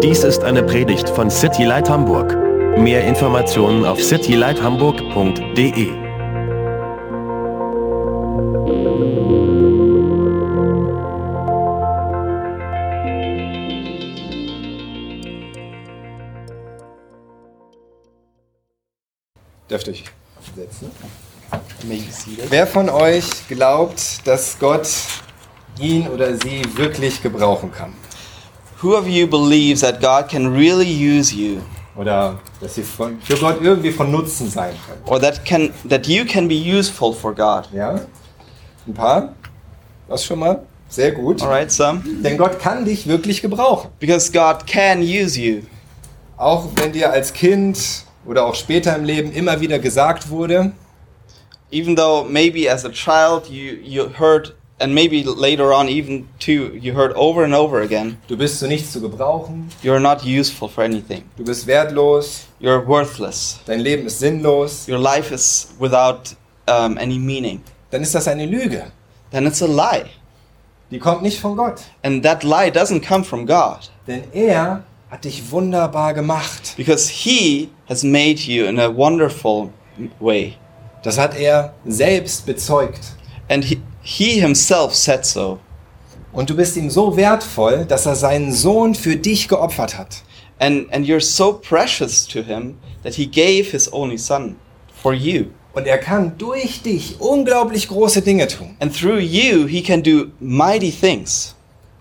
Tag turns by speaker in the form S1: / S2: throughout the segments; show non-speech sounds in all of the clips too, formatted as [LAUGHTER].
S1: Dies ist eine Predigt von City Light Hamburg. Mehr Informationen auf citylighthamburg.de.
S2: Dürfte ich setzen. Wer von euch glaubt, dass Gott ihn oder sie wirklich gebrauchen kann?
S3: Who of you believes that God can really use you,
S2: Oder dass sie von, für Gott irgendwie von Nutzen sein können?
S3: or that can that you can be useful for God?
S2: Ja? Ein paar? Das schon mal? Sehr gut.
S3: All right, some
S2: Denn Gott kann dich wirklich gebrauchen.
S3: because God can use you,
S2: Auch wenn dir als Kind oder auch später im Leben immer wieder gesagt wurde,
S3: even though maybe as a child you you heard and maybe later on even too you heard over and over again
S2: du bist zu nichts zu gebrauchen,
S3: you're not useful for anything.
S2: du bist wertlos,
S3: You're worthless.
S2: dein Leben ist sinnlos,
S3: Your life is without um, any meaning.
S2: dann ist das eine Lüge.
S3: Then it's a lie,
S2: Die kommt nicht von Gott.
S3: and that lie doesn't come from God
S2: Denn er hat dich wunderbar gemacht.
S3: because He has made you in a wonderful way.
S2: Das hat er selbst bezeugt.
S3: And he, he himself said so.
S2: Und du bist ihm so wertvoll, dass er seinen Sohn für dich geopfert hat.
S3: And, and you're so precious to him that he gave his only son for you.
S2: Und er kann durch dich unglaublich große Dinge tun.
S3: And through you, he can do mighty things.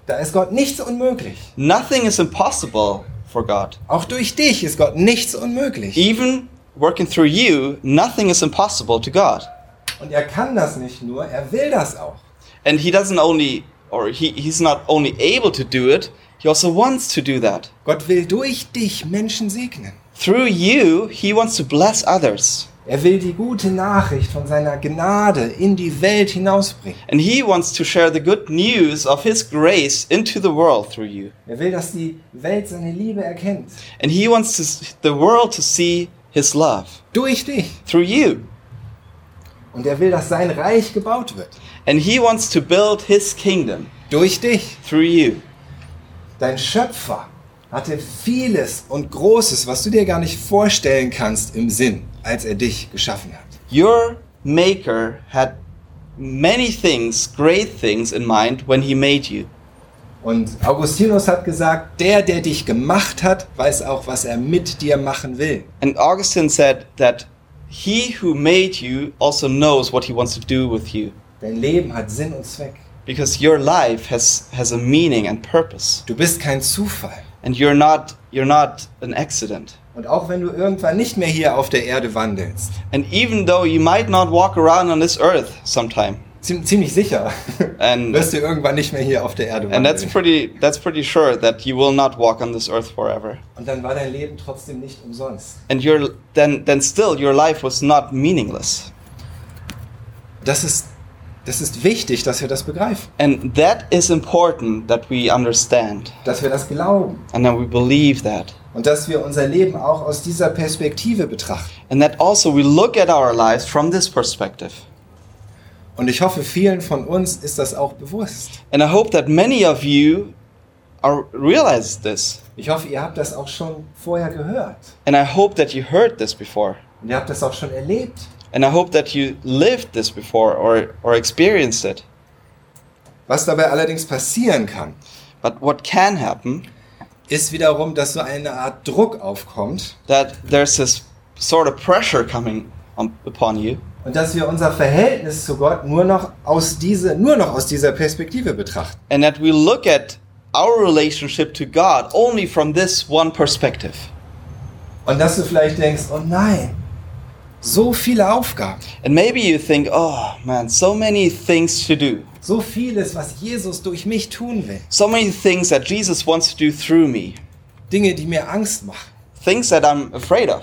S2: Da ist Gott nichts unmöglich.
S3: Nothing is impossible for God.
S2: Auch durch dich ist Gott nichts unmöglich.
S3: Even working through you, nothing is impossible to God.
S2: Und er kann das nicht nur, er will das auch.
S3: And he doesn't only, or he, he's not only able to do it, he also wants to do that.
S2: Gott will durch dich Menschen segnen.
S3: Through you, he wants to bless others.
S2: Er will die gute Nachricht von seiner Gnade in die Welt hinausbringen.
S3: And he wants to share the good news of his grace into the world through you.
S2: Er will, dass die Welt seine Liebe erkennt.
S3: And he wants to, s- the world to see his love
S2: Durch dich.
S3: through you.
S2: Und er will, dass sein Reich gebaut wird.
S3: And he wants to build his kingdom
S2: Durch dich.
S3: through you.
S2: Dein Schöpfer hatte vieles und Großes, was du dir gar nicht vorstellen kannst, im Sinn, als er dich geschaffen hat.
S3: Your maker had many things, great things in mind when he made you.
S2: Und Augustinus hat gesagt, der, der dich gemacht hat, weiß auch, was er mit dir machen will.
S3: And Augustine said that he who made you also knows what he wants to do with you.
S2: Dein Leben hat Sinn und Zweck.
S3: Because your life has, has a meaning and purpose.
S2: Du bist kein Zufall.
S3: And you're not, you're not an accident.
S2: Und auch wenn du irgendwann nicht mehr hier auf der Erde wandelst,
S3: And even though you might not walk around on this earth sometime,
S2: ziem- ziemlich sicher,
S3: And-
S2: wirst du irgendwann nicht mehr hier auf der Erde
S3: and that's
S2: wandeln.
S3: pretty that's pretty sure that you will not walk on this earth forever.
S2: Und dann war dein Leben trotzdem nicht umsonst.
S3: And your then then still your life was not meaningless.
S2: Das ist, das ist wichtig, dass wir das begreifen,
S3: And that is important that we understand
S2: dass wir das glauben
S3: and that we believe that.
S2: und dass wir unser Leben auch aus dieser Perspektive betrachten.
S3: And that also we look at our lives from this perspective.
S2: Und ich hoffe, vielen von uns ist das auch bewusst.
S3: And I hope that many of you are realize this.
S2: Ich hoffe, ihr habt das auch schon vorher gehört
S3: And I hope that you heard this before.
S2: und ihr habt das auch schon erlebt.
S3: And I hope that you lived this before or, or experienced it.
S2: Was dabei allerdings passieren kann,
S3: But what can happen
S2: ist wiederum, dass so eine Art Druck aufkommt
S3: that there's this sort of pressure coming on, upon you
S2: und dass wir unser Verhältnis zu Gott nur noch aus, diese, nur noch aus dieser Perspektive betrachten.
S3: and that we look at our relationship to God only from this one perspective.
S2: Und dass du vielleicht denkst, oh nein, so viele Aufgaben.
S3: And maybe you think, oh man, so many things to do.
S2: So vieles, was Jesus durch mich tun will.
S3: So many things that Jesus wants to do through me.
S2: Dinge, die mir Angst machen.
S3: Things that I'm afraid of.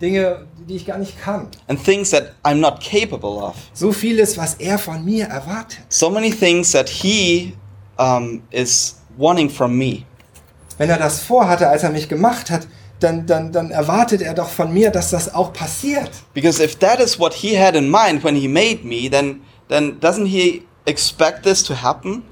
S2: Dinge, die ich gar nicht kann.
S3: And things that I'm not capable of.
S2: So vieles, was er von mir erwartet.
S3: So many things that He um, is wanting from me.
S2: Wenn er das vorhatte, als er mich gemacht hat, dann, dann, dann erwartet er doch von mir, dass das auch passiert.
S3: Because if that is what he had in mind when he made me, then then doesn't he expect this to happen?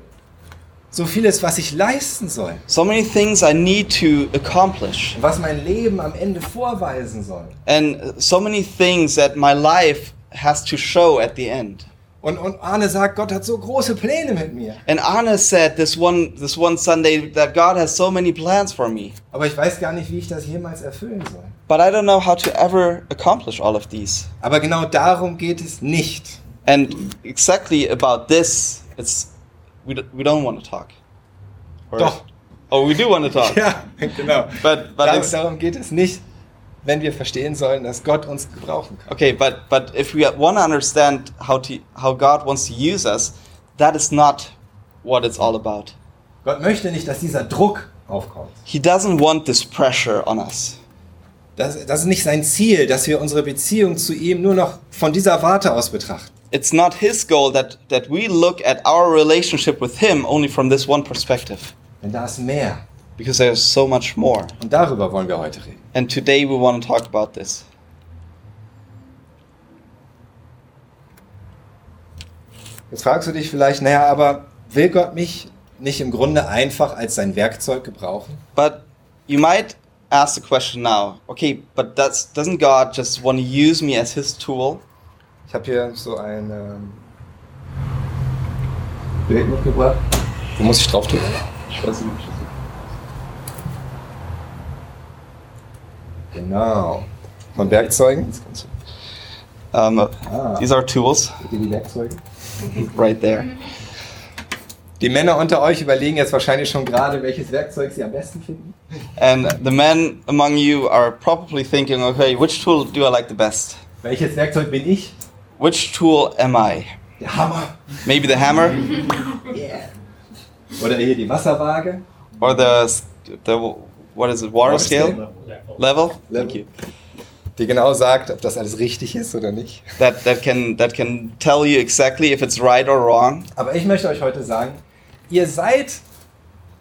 S2: So vieles, was ich leisten soll.
S3: so many things I need to accomplish,
S2: Was mein Leben am Ende vorweisen soll.
S3: and so many things that my life has to show at the end.
S2: Und, und Arne sagt, Gott hat so große Pläne mit mir.
S3: And Anna said this one this one Sunday that God has so many plans for me,
S2: Aber ich weiß gar nicht, wie ich das jemals erfüllen soll.
S3: but I don't know how to ever accomplish all of these.
S2: Aber genau darum geht es nicht.
S3: And exactly about this, it's we, d- we don't want to talk. Or,
S2: Doch.
S3: Oh, we do want to talk.
S2: [LAUGHS] Ja, genau.
S3: But but
S2: Darum,
S3: it's,
S2: darum geht es nicht, wenn wir verstehen sollen, dass Gott uns gebrauchen kann.
S3: okay, but but if we want to understand how to how God wants to use us, that is not what it's all about.
S2: Gott möchte nicht, dass dieser Druck aufkommt.
S3: He doesn't want this pressure on us.
S2: Das, das ist nicht sein Ziel, dass wir unsere Beziehung zu ihm nur noch von dieser Warte aus betrachten.
S3: It's not his goal that that we look at our relationship with him only from this one perspective,
S2: Denn da ist mehr.
S3: because there's so much more.
S2: Und darüber wollen wir heute reden.
S3: And today we want to talk about this.
S2: Jetzt fragst du dich vielleicht, naja, aber will Gott mich nicht im Grunde einfach als sein Werkzeug gebrauchen?
S3: But you might ask the question now, okay, but that's, doesn't God just want to use me as his tool?
S2: Ich habe hier so ein ähm, Bild mitgebracht. Wo muss ich drauf drücken? Ich weiß nicht. Genau. Von Werkzeugen.
S3: Um, These are tools
S2: Die Werkzeuge.
S3: right there.
S2: Die Männer unter euch überlegen jetzt wahrscheinlich schon gerade, welches Werkzeug sie am besten finden.
S3: And the men among you are probably thinking, okay, which tool do I like the best?
S2: Welches Werkzeug bin ich?
S3: Which tool am I?
S2: Der Hammer.
S3: Maybe the hammer
S2: Oder hier die Wasserwaage.
S3: or the, the what is it, water scale? Level? Thank you.
S2: Die genau sagt, ob das alles richtig ist oder nicht.
S3: That, that, can, that can tell you exactly if it's right or wrong.
S2: Aber ich möchte euch heute sagen, ihr seid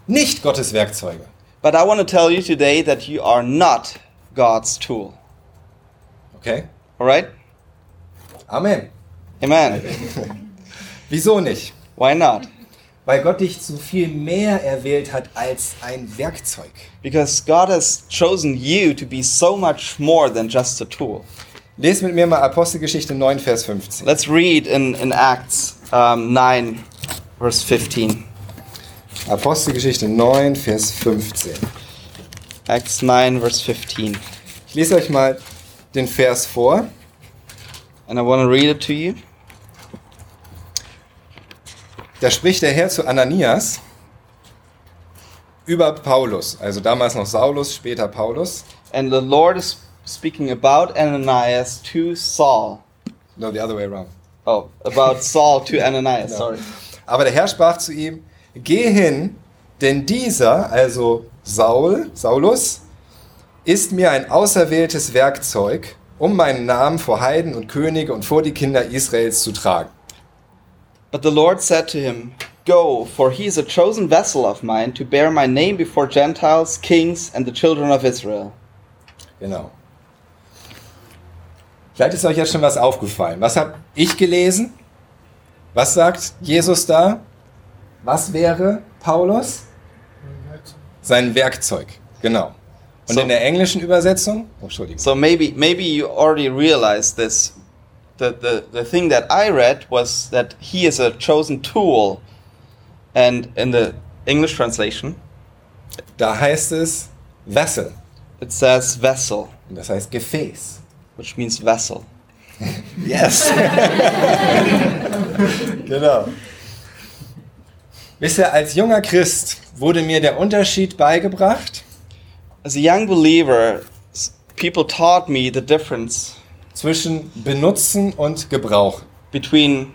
S2: nicht Gottes Werkzeuge.
S3: But I want to tell you today that you are not God's tool.
S2: Okay?
S3: All right?
S2: Amen.
S3: Amen.
S2: Wieso nicht?
S3: Why not?
S2: Weil Gott dich zu viel mehr erwählt hat als ein Werkzeug.
S3: Because God has chosen you to be so much more than just a tool.
S2: Lest mit mir mal Apostelgeschichte 9, Vers 15.
S3: Let's read in, in Acts um, 9, verse 15.
S2: Apostelgeschichte 9, Vers 15.
S3: Acts 9, verse 15.
S2: Ich lese euch mal den Vers vor.
S3: And I want to read it to you.
S2: Da spricht der Herr zu Ananias über Paulus, also damals noch Saulus, später Paulus.
S3: And the Lord is speaking about Ananias to Saul.
S2: No, the other way around.
S3: Oh, about Saul to Ananias, sorry.
S2: Aber der Herr sprach zu ihm, geh hin, denn dieser, also Saul, Saulus, ist mir ein auserwähltes Werkzeug, um meinen Namen vor Heiden und Könige und vor die Kinder Israels zu tragen.
S3: But the Lord said to him, Go, for he is a chosen vessel of mine to bear my name before Gentiles, kings, and the children of Israel.
S2: Genau. Vielleicht ist euch jetzt schon was aufgefallen. Was habe ich gelesen? Was sagt Jesus da? Was wäre Paulus? Sein Werkzeug. Genau. Und
S3: So.
S2: in der englischen Übersetzung? Oh, Entschuldigung.
S3: So maybe maybe you already realize this. The, the, the thing that I read was that he is a chosen tool. And in the English translation,
S2: Da heißt es Vessel.
S3: it says vessel,
S2: Und das heißt Gefäß.
S3: which means vessel.
S2: Yes. genau. Wisst ihr, als junger Christ wurde mir der Unterschied beigebracht
S3: As a young believer, s- people taught me the difference
S2: zwischen benutzen und gebrauchen.
S3: between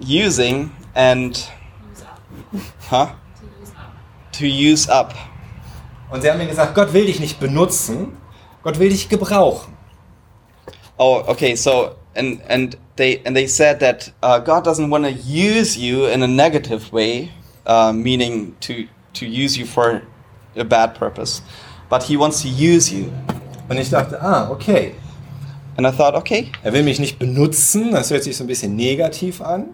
S3: using and huh? To use up.
S2: Und sie haben mir gesagt, Gott will dich nicht benutzen, Gott will dich gebrauchen.
S3: Oh, okay. So and and they and they said that uh, God doesn't want to use you in a negative way, uh, meaning to to use you for a bad purpose, but He wants to use you.
S2: Und ich dachte, ah, okay.
S3: And I thought, okay,
S2: Er will mich nicht benutzen, das hört sich so ein bisschen negativ an.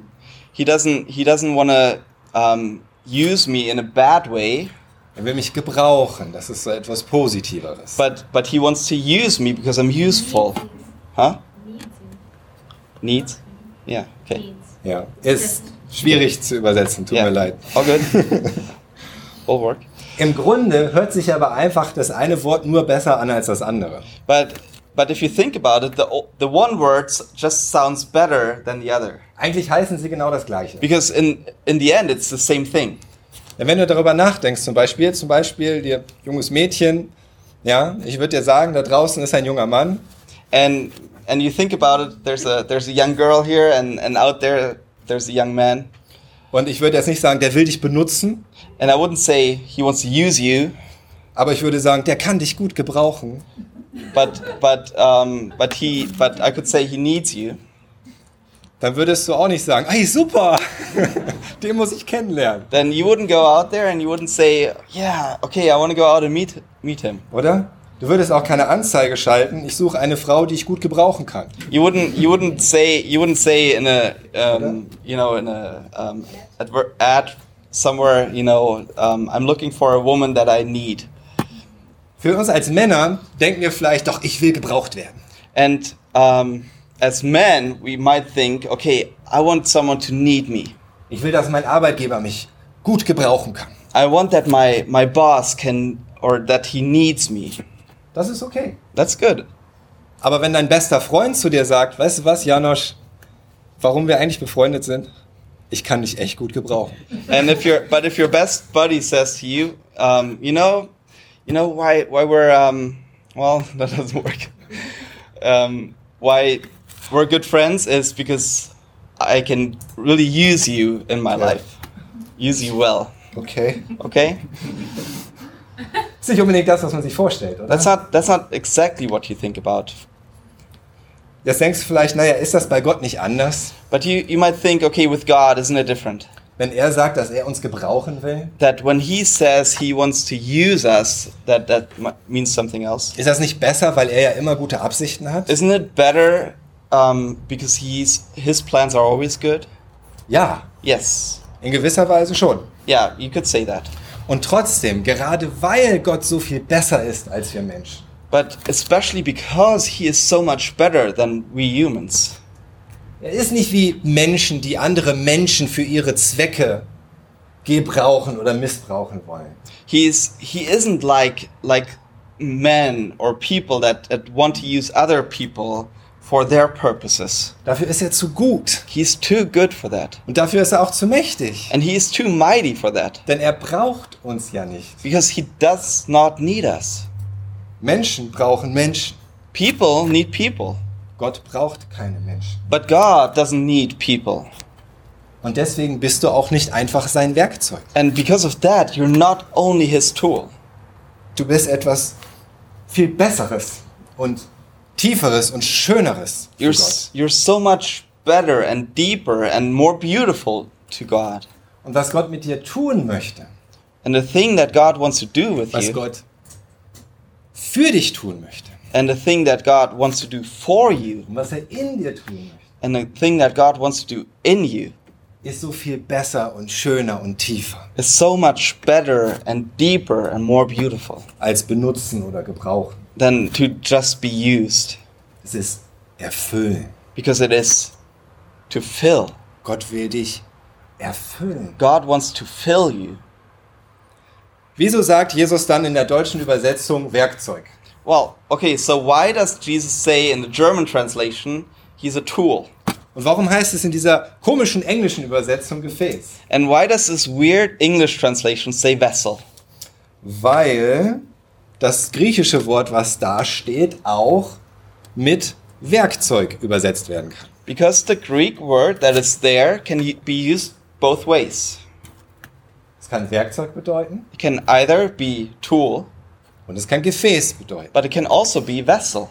S3: He doesn't He doesn't want to um, use me in a bad way,
S2: Er will mich gebrauchen. Das ist so etwas Positiveres.
S3: but but he wants to use me because I'm useful. Huh?
S4: Needs
S3: Needs? Yeah,
S4: you.
S3: okay.
S4: Needs.
S2: Ja, ist schwierig zu übersetzen. Tut
S3: Yeah.
S2: mir leid.
S3: All good. All work.
S2: Im Grunde hört sich aber einfach das eine Wort nur besser an als das andere.
S3: But but if you think about it, the o- the one word s- just sounds better than the other
S2: Eigentlich heißen sie genau das Gleiche.
S3: because in in the end it's the same thing.
S2: Denn wenn du darüber nachdenkst, zum Beispiel, zum Beispiel, dir junges Mädchen, ja, ich würde dir sagen, da draußen ist ein junger Mann.
S3: And and you think about it, there's a there's a young girl here, and and out there there's a young man.
S2: Und ich würde jetzt nicht sagen, der will dich benutzen,
S3: And I wouldn't say he wants to use you,
S2: aber ich würde sagen, der kann dich gut gebrauchen.
S3: but but um, but he but I could say he needs you.
S2: Dann würdest du auch nicht sagen, ey, super, [LAUGHS] den muss ich kennenlernen.
S3: Then you wouldn't go out there and you wouldn't say, yeah, okay, I want to go out and meet meet him.
S2: Oder? Du würdest auch keine Anzeige schalten, ich suche eine Frau, die ich gut gebrauchen kann.
S3: You wouldn't you wouldn't say you wouldn't say in a um, you know in a um, adver- ad somewhere you know um, I'm looking for a woman that I need.
S2: Für uns als Männer denken wir vielleicht, doch, ich will gebraucht werden.
S3: And um, as men, we might think, okay, I want someone to need me.
S2: Ich will, dass mein Arbeitgeber mich gut gebrauchen kann.
S3: I want that my, my boss can, or that he needs me.
S2: Das ist okay.
S3: That's good.
S2: Aber wenn dein bester Freund zu dir sagt, weißt du was, Janosch, warum wir eigentlich befreundet sind? Ich kann dich echt gut gebrauchen.
S3: And if your, but if your best buddy says to you, um, you know, you know why, why we're, um, well, [LAUGHS] that doesn't work. Um, why we're good friends is because I can really use you in my life. Use you well.
S2: Okay.
S3: Okay?
S2: Ist nicht unbedingt das, was man sich vorstellt, oder?
S3: That's not that's not exactly what you think about.
S2: Jetzt denkst du vielleicht, naja, ist das bei Gott nicht anders?
S3: But you, you might think, okay, with God, isn't it different?
S2: Wenn er sagt, dass er uns gebrauchen will,
S3: That when He says He wants to use us, that that m- means something else.
S2: ist das nicht besser, weil er ja immer gute Absichten hat?
S3: Isn't it better um, because He's His plans are always good?
S2: Ja,
S3: Yes,
S2: in gewisser Weise schon.
S3: yeah, you could say that.
S2: Und trotzdem, gerade weil Gott so viel besser ist als wir Menschen,
S3: But especially because He is so much better than we humans.
S2: Er ist nicht wie Menschen, die andere Menschen für ihre Zwecke gebrauchen oder missbrauchen wollen.
S3: He's He isn't like like men or people that, that want to use other people for their purposes.
S2: Dafür ist er zu gut
S3: He's too good for that.
S2: und dafür ist er auch zu mächtig.
S3: And he is too mighty for that.
S2: Denn er braucht uns ja nicht.
S3: Because he does not need us.
S2: Menschen brauchen Menschen.
S3: People need people.
S2: Gott braucht keine Menschen.
S3: But God doesn't need people.
S2: Und deswegen bist du auch nicht einfach sein Werkzeug.
S3: And because of that, you're not only his tool.
S2: Du bist etwas viel Besseres und Tieferes und Schöneres. für
S3: You're,
S2: Gott.
S3: s- you're so much better and deeper and more beautiful to God.
S2: Und was Gott mit dir tun möchte,
S3: And the thing that God wants to do with
S2: was
S3: you,
S2: Gott für dich tun möchte,
S3: and the thing that God wants to do for you,
S2: und was er in dir tun möchte,
S3: and the thing that God wants to do in you,
S2: ist so viel besser und schöner und tiefer
S3: is so much better and deeper and more beautiful
S2: als benutzen oder gebrauchen.
S3: than to just be used.
S2: Es ist erfüllen.
S3: because it is to fill.
S2: Gott will dich erfüllen.
S3: God wants to fill you.
S2: Wieso sagt Jesus dann in der deutschen Übersetzung Werkzeug?
S3: Well, okay, so why does Jesus say in the German translation, he's a tool?
S2: Und warum heißt es in dieser komischen englischen Übersetzung Gefäß?
S3: And why does this weird English translation say vessel?
S2: Weil das griechische Wort, was da steht, auch mit Werkzeug übersetzt werden kann.
S3: Because the Greek word that is there can y- be used both ways.
S2: Es kann Werkzeug bedeuten
S3: It can either be tool,
S2: und es kann Gefäß bedeuten.
S3: but it can also be vessel.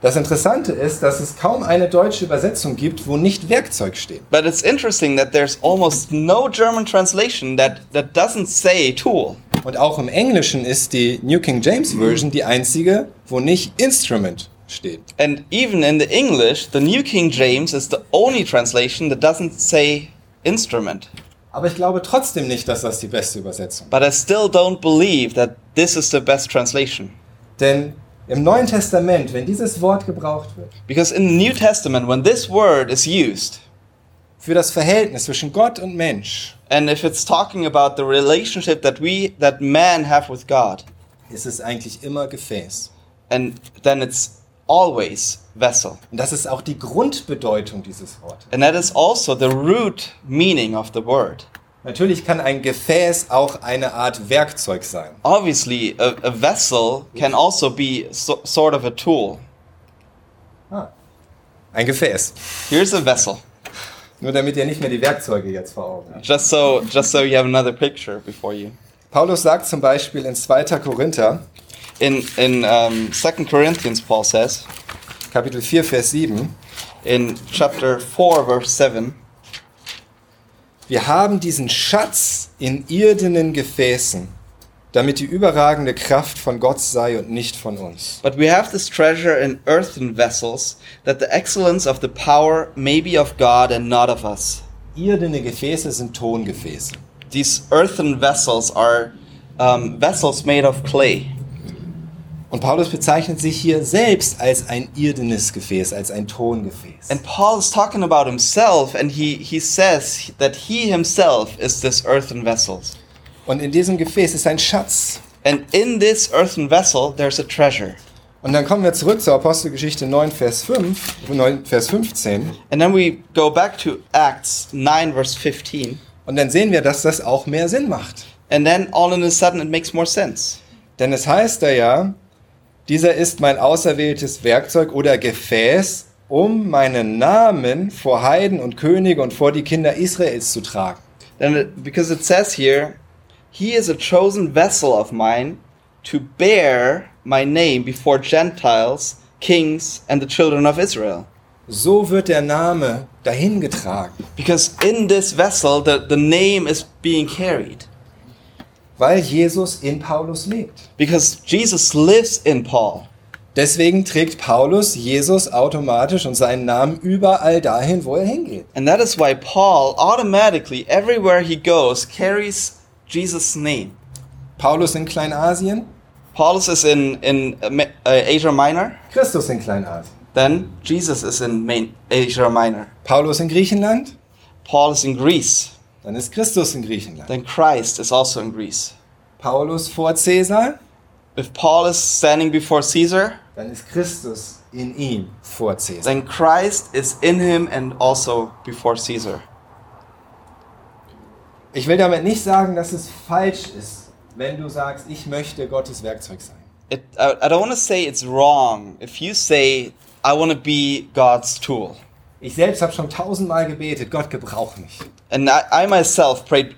S2: Das Interessante ist, dass es kaum eine deutsche Übersetzung gibt, wo nicht Werkzeug steht.
S3: But it's interesting that there's almost no German translation that, that doesn't say tool.
S2: Und auch im Englischen ist die New King James Version die einzige, wo nicht Instrument steht.
S3: And even in the English, the New King James is the only translation that doesn't say instrument.
S2: Aber ich glaube trotzdem nicht, dass das die beste Übersetzung ist.
S3: But I still don't believe that this is the best translation.
S2: Denn im Neuen Testament, wenn dieses Wort gebraucht wird,
S3: Because in the New Testament, when this word is used,
S2: für das Verhältnis zwischen Gott und Mensch,
S3: and if it's talking about the relationship that we, that man have with God,
S2: ist es eigentlich immer Gefäß.
S3: and then it's always vessel.
S2: Und das ist auch die Grundbedeutung dieses Wortes.
S3: And that is also the root meaning of the word.
S2: Natürlich kann ein Gefäß auch eine Art Werkzeug sein.
S3: Obviously, a, a vessel can also be so, sort of a tool.
S2: Ah. Ein Gefäß.
S3: Here's a vessel,
S2: Nur damit ihr nicht mehr die Werkzeuge jetzt vor Augen habt.
S3: just so, just so you have another picture before you.
S2: Paulus sagt zum Beispiel in 2. Korinther,
S3: In in um, Second Corinthians, Paul says
S2: Kapitel 4, Vers 7,
S3: in chapter four, verse seven.
S2: wir haben diesen Schatz in irdenen Gefäßen, damit die überragende Kraft von Gott sei und nicht von uns.
S3: But we have this treasure in earthen vessels, that the excellence of the power may be of God and not of us.
S2: Irdene Gefäße sind Tongefäße.
S3: These earthen vessels are um, vessels made of clay.
S2: Und Paulus bezeichnet sich hier selbst als ein irdenes Gefäß, als ein Tongefäß.
S3: And Paul is talking about himself, and he, he says that he himself is this earthen vessel.
S2: Und in diesem Gefäß ist ein Schatz.
S3: And in this earthen vessel, there's a treasure.
S2: Und dann kommen wir zurück zur Apostelgeschichte 9, Vers 5, 9, Vers 15.
S3: And then we go back to Acts 9, verse 15.
S2: Und dann sehen wir, dass das auch mehr Sinn macht.
S3: And then all in a sudden, it makes more sense.
S2: Denn es heißt da ja, dieser ist mein auserwähltes Werkzeug oder Gefäß, um meinen Namen vor Heiden und Könige und vor die Kinder Israels zu tragen.
S3: Then it, because it says here, he is a chosen vessel of mine to bear my name before Gentiles, kings, and the children of Israel.
S2: So wird der Name dahin getragen,
S3: Because in this vessel, the, the name is being carried.
S2: weil Jesus in Paulus lebt.
S3: Because Jesus lives in Paul.
S2: Deswegen trägt Paulus Jesus automatisch und seinen Namen überall dahin, wo er hingeht.
S3: And that is why Paul automatically, everywhere he goes, carries Jesus' name.
S2: Paulus in Kleinasien,
S3: Paulus is in, in uh, Ma- uh, Asia Minor,
S2: Christus in Kleinasien.
S3: then Jesus is in main, Asia Minor.
S2: Paulus in Griechenland,
S3: Paul is in Greece,
S2: dann ist Christus in Griechenland.
S3: then Christ is also in Greece.
S2: Paulus vor Cäsar,
S3: If Paul is standing before Caesar,
S2: dann ist Christus in ihm vor Cäsar.
S3: then Christ is in him and also before Caesar.
S2: Ich will damit nicht sagen, dass es falsch ist, wenn du sagst, ich möchte Gottes Werkzeug sein.
S3: It, I, I don't want to say it's wrong if you say, I want to be God's tool.
S2: Ich selbst habe schon tausendmal gebetet, Gott gebrauch mich.
S3: And I, I myself prayed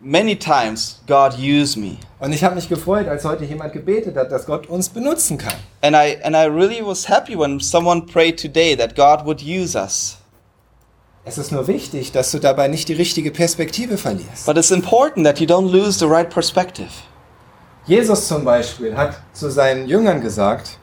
S3: many times, God use me.
S2: Und ich habe mich gefreut, als heute jemand gebetet hat, dass Gott uns benutzen kann.
S3: And I and I really was happy when someone prayed today that God would use us.
S2: Es ist nur wichtig, dass du dabei nicht die richtige Perspektive verlierst.
S3: But it's important that you don't lose the right perspective.
S2: Jesus zum Beispiel hat zu seinen Jüngern gesagt,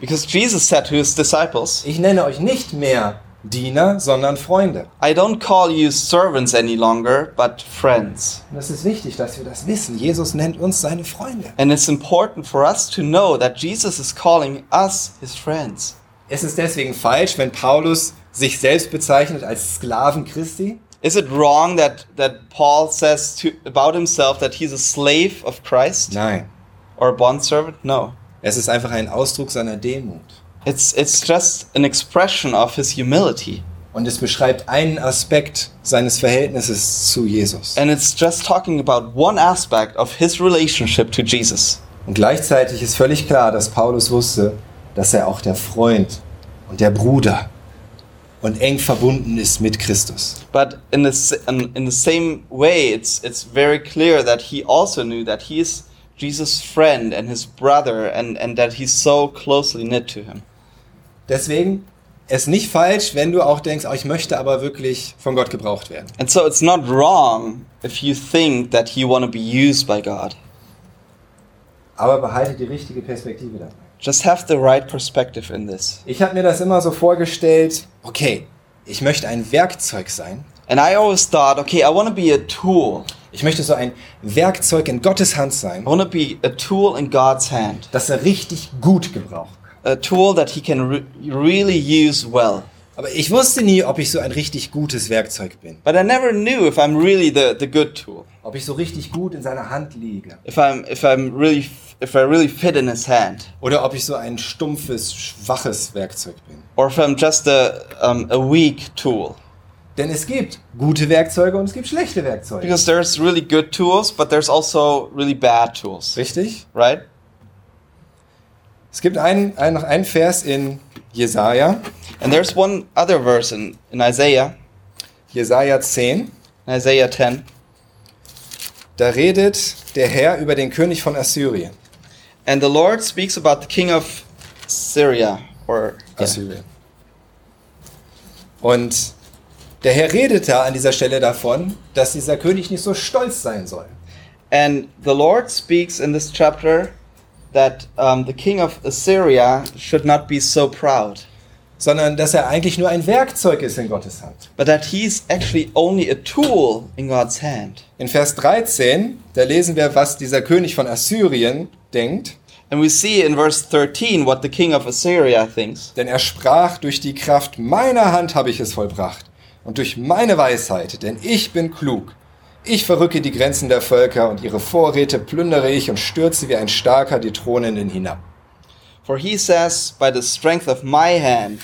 S3: Because Jesus said to his disciples,
S2: ich nenne euch nicht mehr Diener, sondern Freunde.
S3: I don't call you servants any longer, but friends.
S2: Und es ist wichtig, dass wir das wissen. Jesus nennt uns seine Freunde.
S3: And it's important for us to know that Jesus is calling us his friends.
S2: Es ist deswegen falsch, wenn Paulus sich selbst bezeichnet als Sklaven Christi.
S3: Is it wrong that, that Paul says to, about himself that he's a slave of Christ
S2: Nein,
S3: or a bondservant? No.
S2: es ist einfach ein Ausdruck seiner Demut.
S3: It's, it's just an expression of his humility.
S2: Und es beschreibt einen Aspekt seines Verhältnisses zu Jesus.
S3: And it's just talking about one aspect of his relationship to Jesus.
S2: Und gleichzeitig ist völlig klar, dass Paulus wusste, dass er auch der Freund und der Bruder und eng verbunden ist mit Christus.
S3: But in the, s- um, in, in the same way, it's, it's very clear that he also knew that he is Jesus' friend and his brother, and, and that he's so closely knit to him.
S2: Deswegen ist nicht falsch, wenn du auch denkst, oh, ich möchte aber wirklich von Gott gebraucht werden.
S3: And so it's not wrong if you think that you want to be used by God.
S2: Aber behalte die richtige Perspektive dabei.
S3: Just have the right perspective in this.
S2: Ich habe mir das immer so vorgestellt, okay, ich möchte ein Werkzeug sein,
S3: And I always thought, okay, I want to be a tool.
S2: Ich möchte so ein Werkzeug in Gottes Hand sein,
S3: I want to be a tool in God's hand,
S2: das er richtig gut gebraucht kann.
S3: a tool that He can re- really use well.
S2: Aber ich wusste nie, ob ich so ein richtig gutes Werkzeug bin.
S3: But I never knew if I'm really the, the good tool,
S2: Ob ich so richtig gut in seiner Hand liege.
S3: if I'm if I'm really f- if I really fit in His hand,
S2: Oder ob ich so ein stumpfes, schwaches Werkzeug bin.
S3: or if I'm just a um, a weak tool.
S2: Denn es gibt gute Werkzeuge und es gibt schlechte Werkzeuge.
S3: Because there's really good tools, but there's also really bad tools,
S2: Richtig?
S3: right?
S2: Es gibt einen, einen, noch einen Vers in Jesaja,
S3: And there's one other verse in, in Isaiah,
S2: Jesaja 10.
S3: in Isaiah 10,
S2: Da redet der Herr über den König von Assyrien.
S3: and the Lord speaks about the king of Syria, or yeah.
S2: Assyrien. Und der Herr redet da an dieser Stelle davon, dass dieser König nicht so stolz sein soll.
S3: And the Lord speaks in this chapter that um, the king of Assyria should not be so proud,
S2: sondern dass er eigentlich nur ein Werkzeug ist in Gottes Hand.
S3: but that he's actually only a tool in God's hand.
S2: In Vers 13, da lesen wir, was dieser König von Assyrien denkt.
S3: And we see in verse 13 what the king of Assyria thinks.
S2: Denn er sprach, durch die Kraft meiner Hand habe ich es vollbracht und durch meine Weisheit, denn ich bin klug. Ich verrücke die Grenzen der Völker und ihre Vorräte plündere ich und stürze wie ein Starker die Thronenden hinab.
S3: For he says, By the strength of my hand,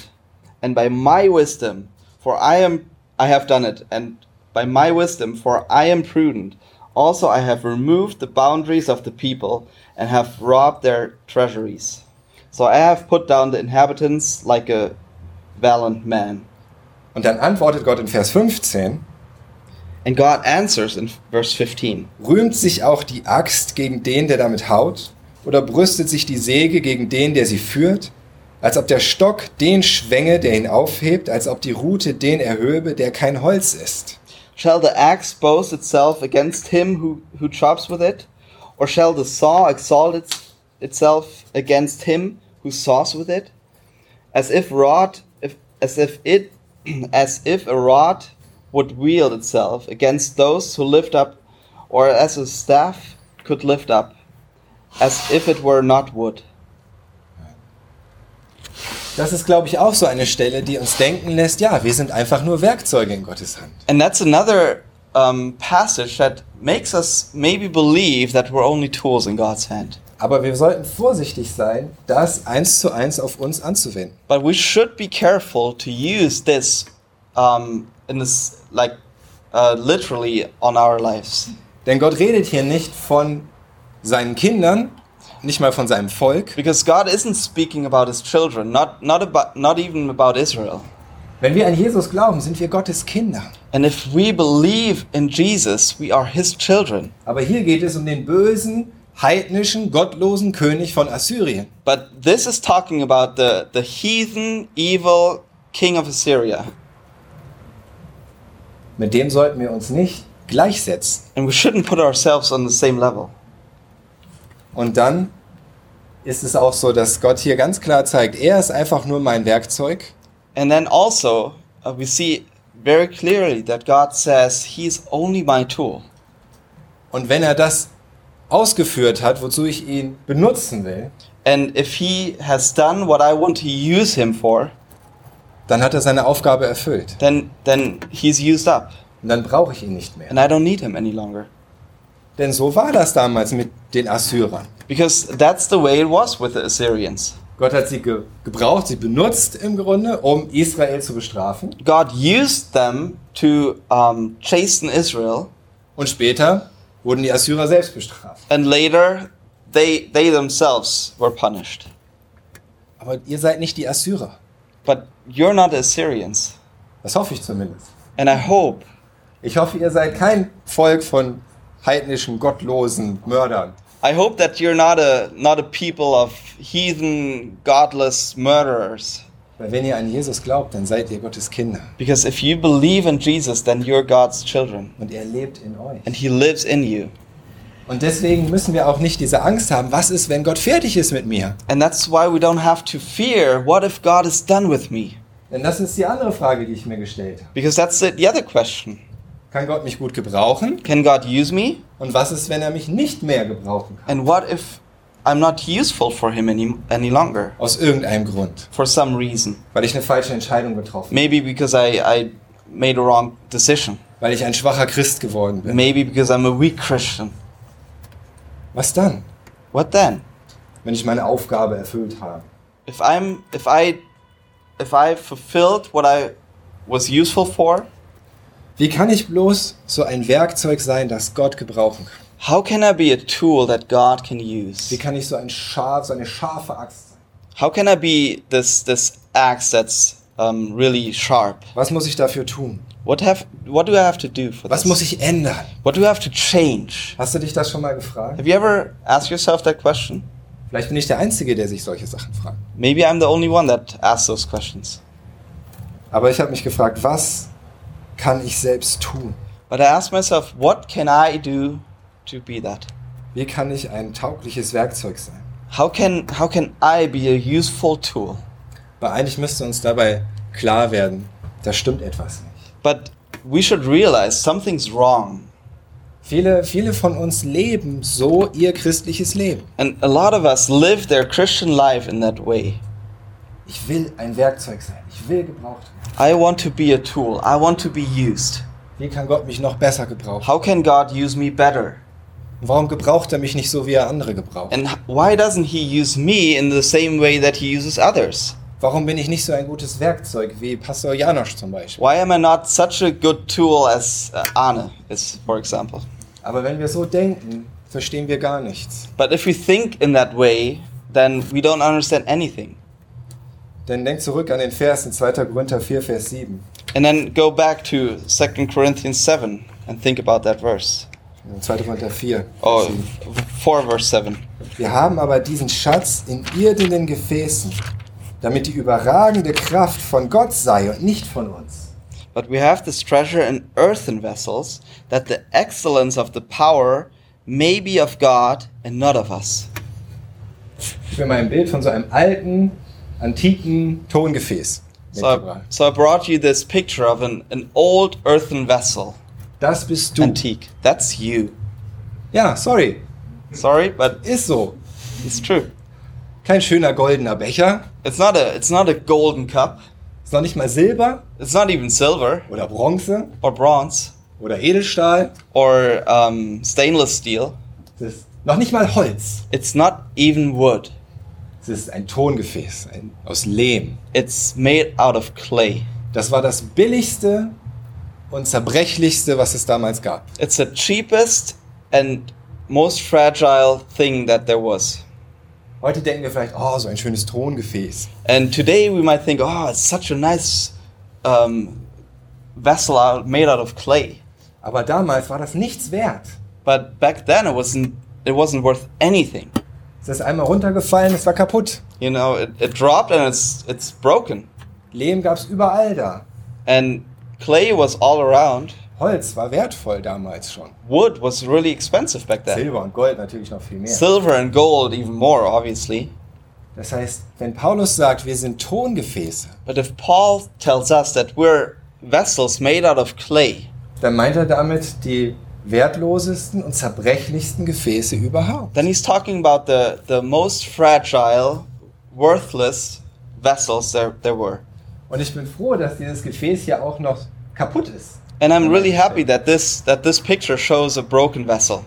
S3: and by my wisdom, for I am I have done it, and by my wisdom, for I am prudent. Also I have removed the boundaries of the people, and have robbed their treasuries. So I have put down the inhabitants like a valiant man.
S2: Und dann antwortet Gott in Vers 15,
S3: And God answers in verse 15.
S2: rühmt sich auch die Axt gegen den, der damit haut, oder brüstet sich die Säge gegen den, der sie führt, als ob der Stock den schwänge, der ihn aufhebt, als ob die Rute den erhöbe, der kein Holz ist.
S3: Shall the axe boast itself against him who, who chops with it? Or shall the saw exalt its, itself against him who saws with it? As if wrought, if, as if it, [CLEARS THROAT] as if a rod would wield itself against those who lift up, or as a staff could lift up, as if it were not wood.
S2: Das ist, glaube ich, auch so eine Stelle, die uns denken lässt, ja, wir sind einfach nur Werkzeuge in Gottes Hand.
S3: And that's another um, passage that makes us maybe believe that we're only tools in God's hand.
S2: Aber wir sollten vorsichtig sein, das eins zu eins auf uns anzuwenden.
S3: But we should be careful to use this um, in this like uh, literally on our lives.
S2: Denn Gott redet hier nicht von seinen Kindern, nicht mal von seinem Volk.
S3: Because God isn't speaking about his children, not not about not even about Israel.
S2: Wenn wir an Jesus glauben, sind wir Gottes Kinder.
S3: And if we believe in Jesus, we are his children.
S2: Aber hier geht es um den bösen, heidnischen, gottlosen König von Assyrien.
S3: But this is talking about the, the heathen, evil king of Assyria.
S2: Mit dem sollten wir uns nicht gleichsetzen.
S3: And we shouldn't put ourselves on the same level.
S2: Und dann ist es auch so, dass Gott hier ganz klar zeigt, er ist einfach nur mein Werkzeug.
S3: And then also, uh, we see very clearly that God says, He's only my tool.
S2: Und wenn er das ausgeführt hat, wozu ich ihn benutzen will,
S3: And if he has done what I want to use him for,
S2: dann hat er seine Aufgabe erfüllt.
S3: then then he's used up,
S2: Und dann brauche ich ihn nicht mehr.
S3: and I don't need him any longer.
S2: Denn so war das damals mit den Assyrern.
S3: Because that's the way it was with the Assyrians.
S2: Gott hat sie ge gebraucht, sie benutzt im Grunde, um Israel zu bestrafen.
S3: God used them to um, chasten Israel,
S2: Und später wurden die Assyrer selbst bestraft.
S3: and later they they themselves were punished.
S2: Aber ihr seid nicht die Assyrer.
S3: But you're not Assyrians,
S2: Das hoffe ich zumindest.
S3: and I hope
S2: Ich hoffe, ihr seid kein Volk von heidnischen, gottlosen Mördern.
S3: I hope that you're not a not a people of heathen, godless murderers.
S2: Weil wenn ihr an Jesus glaubt, dann seid ihr Gottes Kinder.
S3: Because if you believe in Jesus, then you're God's children.
S2: Und er lebt in euch.
S3: and he lives in you.
S2: Und deswegen müssen wir auch nicht diese Angst haben, was ist, wenn Gott fertig ist mit mir?
S3: And that's why we don't have to fear what if God is done with me?
S2: Denn das ist die andere Frage, die ich mir gestellt habe.
S3: Because that's the, the other question.
S2: Kann Gott mich gut gebrauchen?
S3: Can God use me?
S2: Und was ist, wenn er mich nicht mehr gebrauchen kann?
S3: And what if I'm not useful for Him any, any longer?
S2: Aus irgendeinem Grund.
S3: For some reason.
S2: Weil ich eine falsche Entscheidung getroffen habe.
S3: Maybe because I, I made a wrong decision.
S2: Weil ich ein schwacher Christ geworden bin.
S3: Maybe because I'm a weak Christian.
S2: Was dann,
S3: What then?
S2: wenn ich meine Aufgabe erfüllt habe?
S3: If I'm if I if I fulfilled what I was useful for,
S2: Wie kann ich bloß so ein Werkzeug sein, das Gott gebrauchen kann?
S3: how can I be a tool that God can use?
S2: Wie kann ich so ein Schaf, so eine scharfe Axt sein?
S3: How can I be this this axe that's um, really sharp?
S2: Was muss ich dafür tun?
S3: What have what do I have to do for
S2: Was
S3: this?
S2: muss ich ändern?
S3: What do I have to change?
S2: Hast du dich das schon mal gefragt?
S3: Have you ever asked yourself that question?
S2: Vielleicht bin ich der Einzige, der sich solche Sachen fragt.
S3: Maybe I'm the only one that asks those questions.
S2: Aber ich habe mich gefragt, was kann ich selbst tun?
S3: But I ask myself, what can I do to be that?
S2: Wie kann ich ein taugliches Werkzeug sein?
S3: How can how can I be a useful tool?
S2: Weil eigentlich müsste uns dabei klar werden, da stimmt etwas nicht.
S3: But we should realize something's wrong.
S2: Viele, viele von uns leben so ihr christliches Leben.
S3: And a lot of us live their Christian life in that way.
S2: Ich will ein Werkzeug sein. Ich will gebraucht werden.
S3: I want to be a tool. I want to be used.
S2: Wie kann Gott mich noch besser gebrauchen?
S3: How can God use me better?
S2: Warum gebraucht er mich nicht so, wie er andere gebraucht?
S3: And h- why doesn't he use me in the same way that he uses others?
S2: Warum bin ich nicht so ein gutes Werkzeug wie Pastor Janosch zum Beispiel?
S3: Why am I not such a good tool as uh, Anna is, for example?
S2: Aber wenn wir so denken, verstehen wir gar nichts.
S3: But if we think in that way, then we don't understand anything.
S2: Denn denk zurück an den Vers in 2. Korinther 4, Vers 7.
S3: And then go back to 2 Corinthians 7 and think about that verse.
S2: In 2. Also Korinther 4.
S3: Oh, f- 4 verse 7.
S2: Wir haben aber diesen Schatz in irdenen Gefäßen, damit die überragende Kraft von Gott sei und nicht von uns.
S3: But we have this treasure in earthen vessels, that the excellence of the power may be of God and not of us.
S2: Ich will mal ein Bild von so einem alten, antiken Tongefäß.
S3: So I, so I brought you this picture of an, an old earthen vessel,
S2: Das bist du.
S3: antique. That's you.
S2: Ja, sorry.
S3: Sorry, but
S2: Ist so.
S3: it's true.
S2: Kein schöner goldener Becher.
S3: It's not a it's not a golden cup.
S2: Ist noch nicht mal Silber
S3: It's not even silver
S2: oder Bronze
S3: or bronze
S2: oder Edelstahl.
S3: or um, stainless steel.
S2: Es ist noch nicht mal Holz.
S3: It's not even wood.
S2: Es ist ein Tongefäß ein, aus Lehm.
S3: It's made out of clay.
S2: Das war das billigste und zerbrechlichste, was es damals gab.
S3: It's the cheapest and most fragile thing that there was.
S2: Heute denken wir vielleicht, oh, so ein schönes Tongefäß.
S3: And today we might think, oh, it's such a nice um, vessel out, made out of clay.
S2: Aber damals war das nichts wert.
S3: But back then it wasn't, it wasn't worth anything.
S2: Es ist einmal runtergefallen, es war kaputt.
S3: You know, it, it dropped and it's, it's broken.
S2: Lehm gab es überall da.
S3: And clay was all around.
S2: Holz war wertvoll damals schon.
S3: Wood was really expensive back then.
S2: Silber und Gold natürlich noch viel mehr.
S3: Silver and gold, even more, obviously.
S2: Das heißt, wenn Paulus sagt, wir sind Tongefäße,
S3: But if Paul tells us that we're vessels made out of clay,
S2: dann meint er damit die wertlosesten und zerbrechlichsten Gefäße überhaupt.
S3: then he's talking about the, the most fragile, worthless vessels there, there were.
S2: Und ich bin froh, dass dieses Gefäß ja auch noch kaputt ist.
S3: And I'm really happy that this, that this picture shows a broken vessel.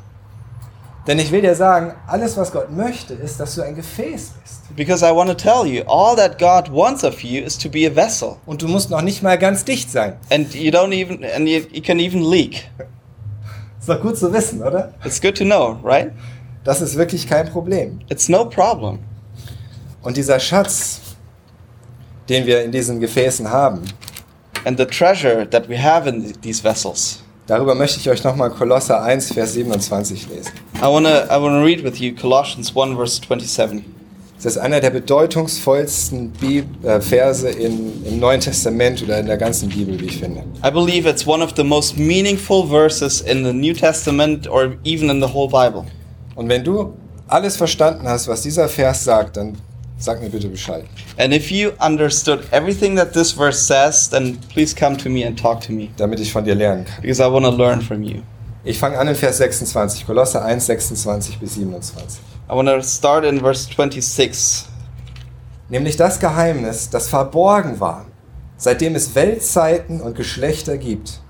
S2: Denn ich will dir sagen, alles, was Gott möchte, ist, dass du ein Gefäß bist.
S3: Because I want to tell you, all that God wants of you is to be a vessel.
S2: Und du musst noch nicht mal ganz dicht sein.
S3: And you don't even, and you, you can even leak.
S2: Ist doch gut zu wissen, oder?
S3: It's good to know, right?
S2: Das ist wirklich kein Problem.
S3: It's no problem.
S2: Und dieser Schatz, den wir in diesen Gefäßen haben,
S3: And the treasure that we have in th- these vessels.
S2: darüber möchte ich euch nochmal Kolosser 1, Vers 27 lesen.
S3: I want to I wanna read with you Colossians 1, verse 27.
S2: Das ist einer der bedeutungsvollsten Bib äh, Verse in, im Neuen Testament oder in der ganzen Bibel, wie ich finde.
S3: I believe it's one of the most meaningful verses in the New Testament or even in the whole Bible.
S2: Und wenn du alles verstanden hast, was dieser Vers sagt, dann Sag mir bitte Bescheid.
S3: And if you understood everything that this verse says, then please come to me and talk to me
S2: damit ich von dir lernen kann.
S3: because I want to learn from you.
S2: Ich fange an in Vers 26, Kolosse 1, 26 bis 27.
S3: I want to start in verse 26.
S2: Nämlich das Geheimnis, das verborgen war, seitdem es Weltzeiten und Geschlechter gibt,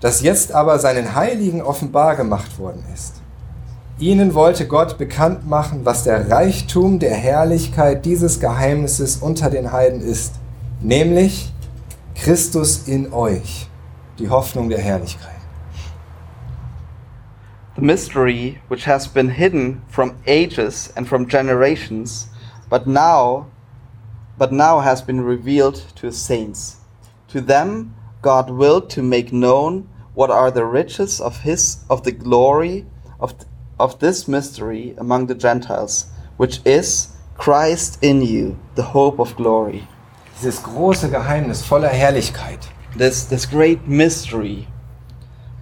S2: das jetzt aber seinen Heiligen offenbar gemacht worden ist. Ihnen wollte Gott bekannt machen, was der Reichtum der Herrlichkeit dieses Geheimnisses unter den Heiden ist, nämlich Christus in euch, die Hoffnung der Herrlichkeit.
S3: The mystery which has been hidden from ages and from generations, but now but now has been revealed to his saints. To them God willed to make known what are the riches of his of the glory of th- of this mystery among the Gentiles, which is Christ in you, the hope of glory.
S2: Dieses große Geheimnis voller Herrlichkeit.
S3: This this great mystery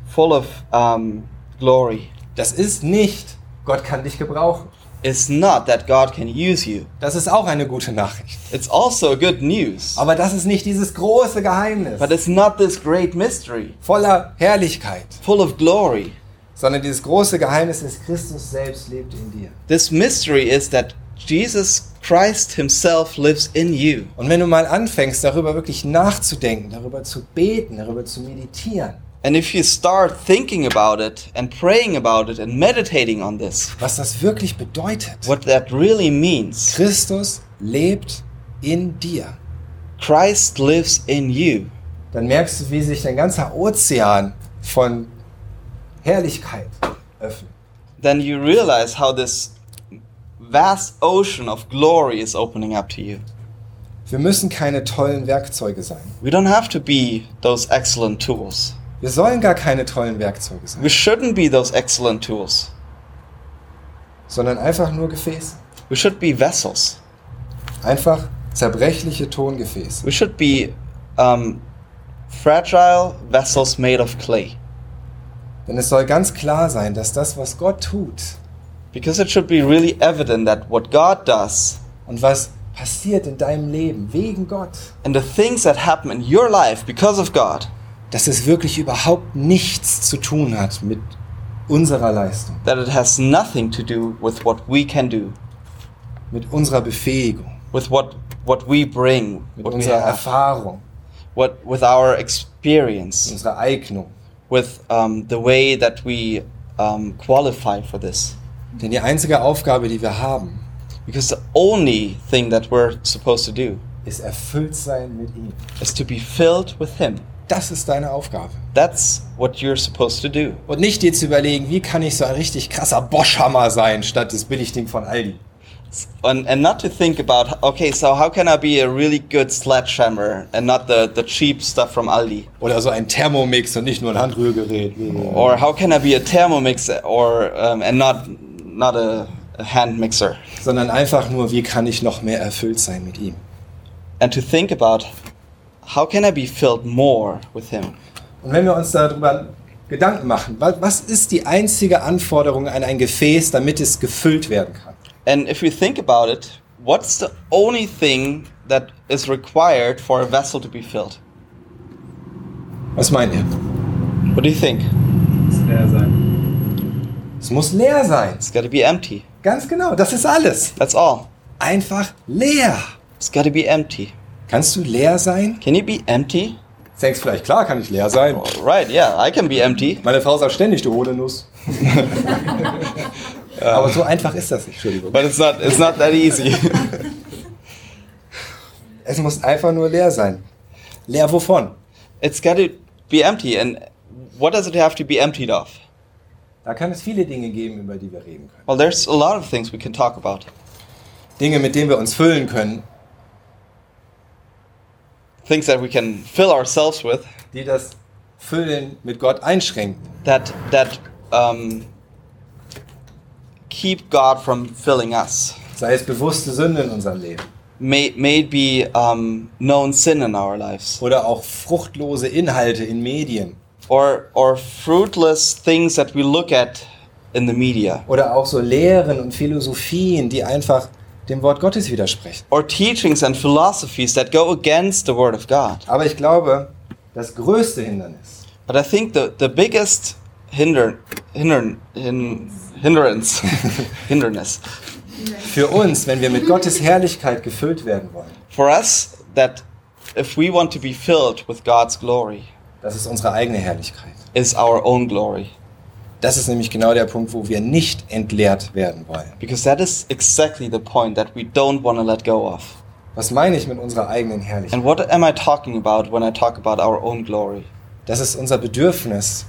S3: full of um, glory.
S2: Das ist nicht, Gott kann dich gebrauchen.
S3: It's not that God can use you.
S2: Das ist auch eine gute Nachricht.
S3: It's also good news.
S2: Aber das ist nicht dieses große Geheimnis
S3: But it's not this great mystery
S2: voller Herrlichkeit,
S3: full of glory.
S2: sondern dieses große Geheimnis ist, Christus selbst lebt in dir.
S3: This mystery is that Jesus Christ himself lives in you.
S2: Und wenn du mal anfängst, darüber wirklich nachzudenken, darüber zu beten, darüber zu meditieren,
S3: And if you start thinking about it and praying about it and meditating on this,
S2: was das wirklich bedeutet.
S3: what that really means,
S2: Christus lebt in dir.
S3: Christ lives in you.
S2: Dann merkst du, wie sich dein ganzer Ozean von Herrlichkeit öffnet.
S3: Then you realize how this vast ocean of glory is opening up to you.
S2: Wir müssen keine tollen Werkzeuge sein.
S3: We don't have to be those excellent tools.
S2: Wir sollen gar keine tollen Werkzeuge sein,
S3: We shouldn't be those excellent tools.
S2: sondern einfach nur Gefäße.
S3: We should be vessels.
S2: Einfach zerbrechliche Tongefäße.
S3: We should be um, fragile vessels made of clay.
S2: Denn es soll ganz klar sein, dass das, was Gott tut
S3: Because it should be really evident that what God does
S2: und was passiert in deinem Leben wegen Gott,
S3: and the things that happen in your life because of God,
S2: dass es wirklich überhaupt nichts zu tun hat mit unserer Leistung,
S3: that it has nothing to do with what we can do,
S2: mit unserer Befähigung,
S3: with what, what we bring,
S2: mit
S3: what we
S2: unserer
S3: have,
S2: Erfahrung,
S3: what, with our experience,
S2: unserer Eignung.
S3: with um, the way that we um, qualify for this.
S2: Denn die einzige Aufgabe, die wir haben,
S3: Because the only thing that we're supposed to do
S2: ist erfüllt sein mit ihm.
S3: is to be filled with Him.
S2: Das ist deine Aufgabe.
S3: That's what you're supposed to do.
S2: Und nicht dir zu überlegen, wie kann ich so ein richtig krasser Boschhammer sein, statt das Billigding von Aldi.
S3: and, and not to think about okay so how can i be a really good sledgehammer and not the, the cheap stuff from aldi
S2: Oder so ein Thermomix und nicht nur ein Handrührgerät.
S3: or how can i be a thermomix or um, and not not a, a hand mixer
S2: sondern einfach nur, wie kann ich noch mehr erfüllt sein mit ihm.
S3: and to think about how can i be filled more with him
S2: Und wenn wir uns darüber Gedanken machen, wa- was ist die einzige Anforderung an ein Gefäß, damit es gefüllt werden kann?
S3: and if you think about it what's the only thing that is required for a vessel to be filled
S2: Was meint ihr?
S3: what do you think
S4: leer sein.
S2: Es muss leer sein.
S3: it's got to be empty
S2: Ganz genau, das ist alles.
S3: that's all
S2: Einfach leer.
S3: it's got to be empty
S2: Kannst du leer sein?
S3: can you be empty
S2: Jetzt denkst du vielleicht, klar kann ich leer sein.
S3: right yeah i can be empty
S2: Meine Frau sagt ständig, du hohle
S4: [LAUGHS]
S2: Nuss. [LAUGHS] Aber so einfach ist das nicht, Entschuldigung.
S3: But it's not it's not that easy. [LAUGHS]
S2: Es muss einfach nur leer sein. Leer wovon?
S3: it's got to be empty and what does it have to be emptied of?
S2: Da kann es viele Dinge geben, über die wir reden können.
S3: Well, there's a lot of things we can talk about.
S2: Dinge, mit denen wir uns füllen können,
S3: Things that we can fill ourselves with
S2: die das Füllen mit Gott einschränken.
S3: that that um, keep God from filling us.
S2: Sei es bewusste Sünde in unserem Leben
S3: May may it be um, known sin in our lives
S2: oder auch fruchtlose Inhalte in Medien
S3: or or fruitless things that we look at in the media
S2: oder auch so Lehren und Philosophien, die einfach dem Wort Gottes widersprechen.
S3: or teachings and philosophies that go against the Word of God.
S2: Aber ich glaube, das größte Hindernis
S3: But I think the, the biggest hinder, hinder, hin, hindrance, [LAUGHS] hinderness
S2: für uns, wenn wir mit Gottes Herrlichkeit gefüllt werden wollen,
S3: for us that if we want to be filled with God's glory,
S2: das ist unsere eigene Herrlichkeit.
S3: is our own glory.
S2: Das ist nämlich genau der Punkt, wo wir nicht entleert werden wollen.
S3: Because that is exactly the point that we don't want to let go of.
S2: Was meine ich mit unserer eigenen Herrlichkeit?
S3: And what am I talking about when I talk about our own glory?
S2: Das ist unser Bedürfnis,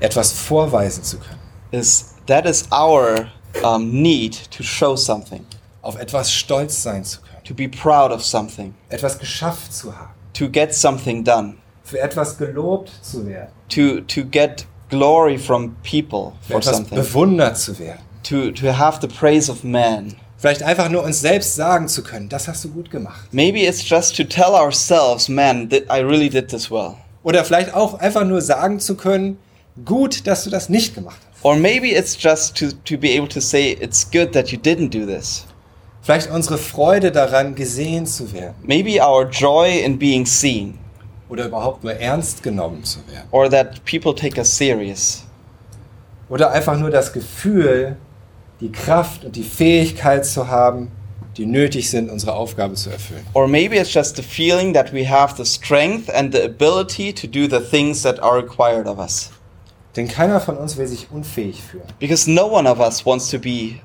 S2: etwas vorweisen zu können,
S3: Is that is our um, need to show something,
S2: auf etwas stolz sein zu können,
S3: to be proud of something,
S2: etwas geschafft zu haben,
S3: to get something done,
S2: für etwas gelobt zu werden,
S3: to to get glory from people
S2: für
S3: for
S2: etwas
S3: something,
S2: bewundert zu werden.
S3: to to have the praise of man.
S2: Vielleicht einfach nur uns selbst sagen zu können, das hast du gut gemacht.
S3: Maybe it's just to tell ourselves, man, th- I really did this well.
S2: Oder vielleicht auch einfach nur sagen zu können, gut, dass du das nicht gemacht hast.
S3: Or maybe it's just to, to be able to say, it's good that you didn't do this.
S2: Vielleicht unsere Freude daran, gesehen zu werden
S3: Maybe our joy in being seen,
S2: oder überhaupt nur ernst genommen zu werden.
S3: or that people take us serious,
S2: Oder einfach nur das Gefühl, die Kraft und die Fähigkeit zu haben, die nötig sind, unsere Aufgabe zu erfüllen.
S3: or maybe it's just the feeling that we have the strength and the ability to do the things that are required of us.
S2: Denn keiner von uns will sich unfähig fühlen.
S3: Because no one of us wants to be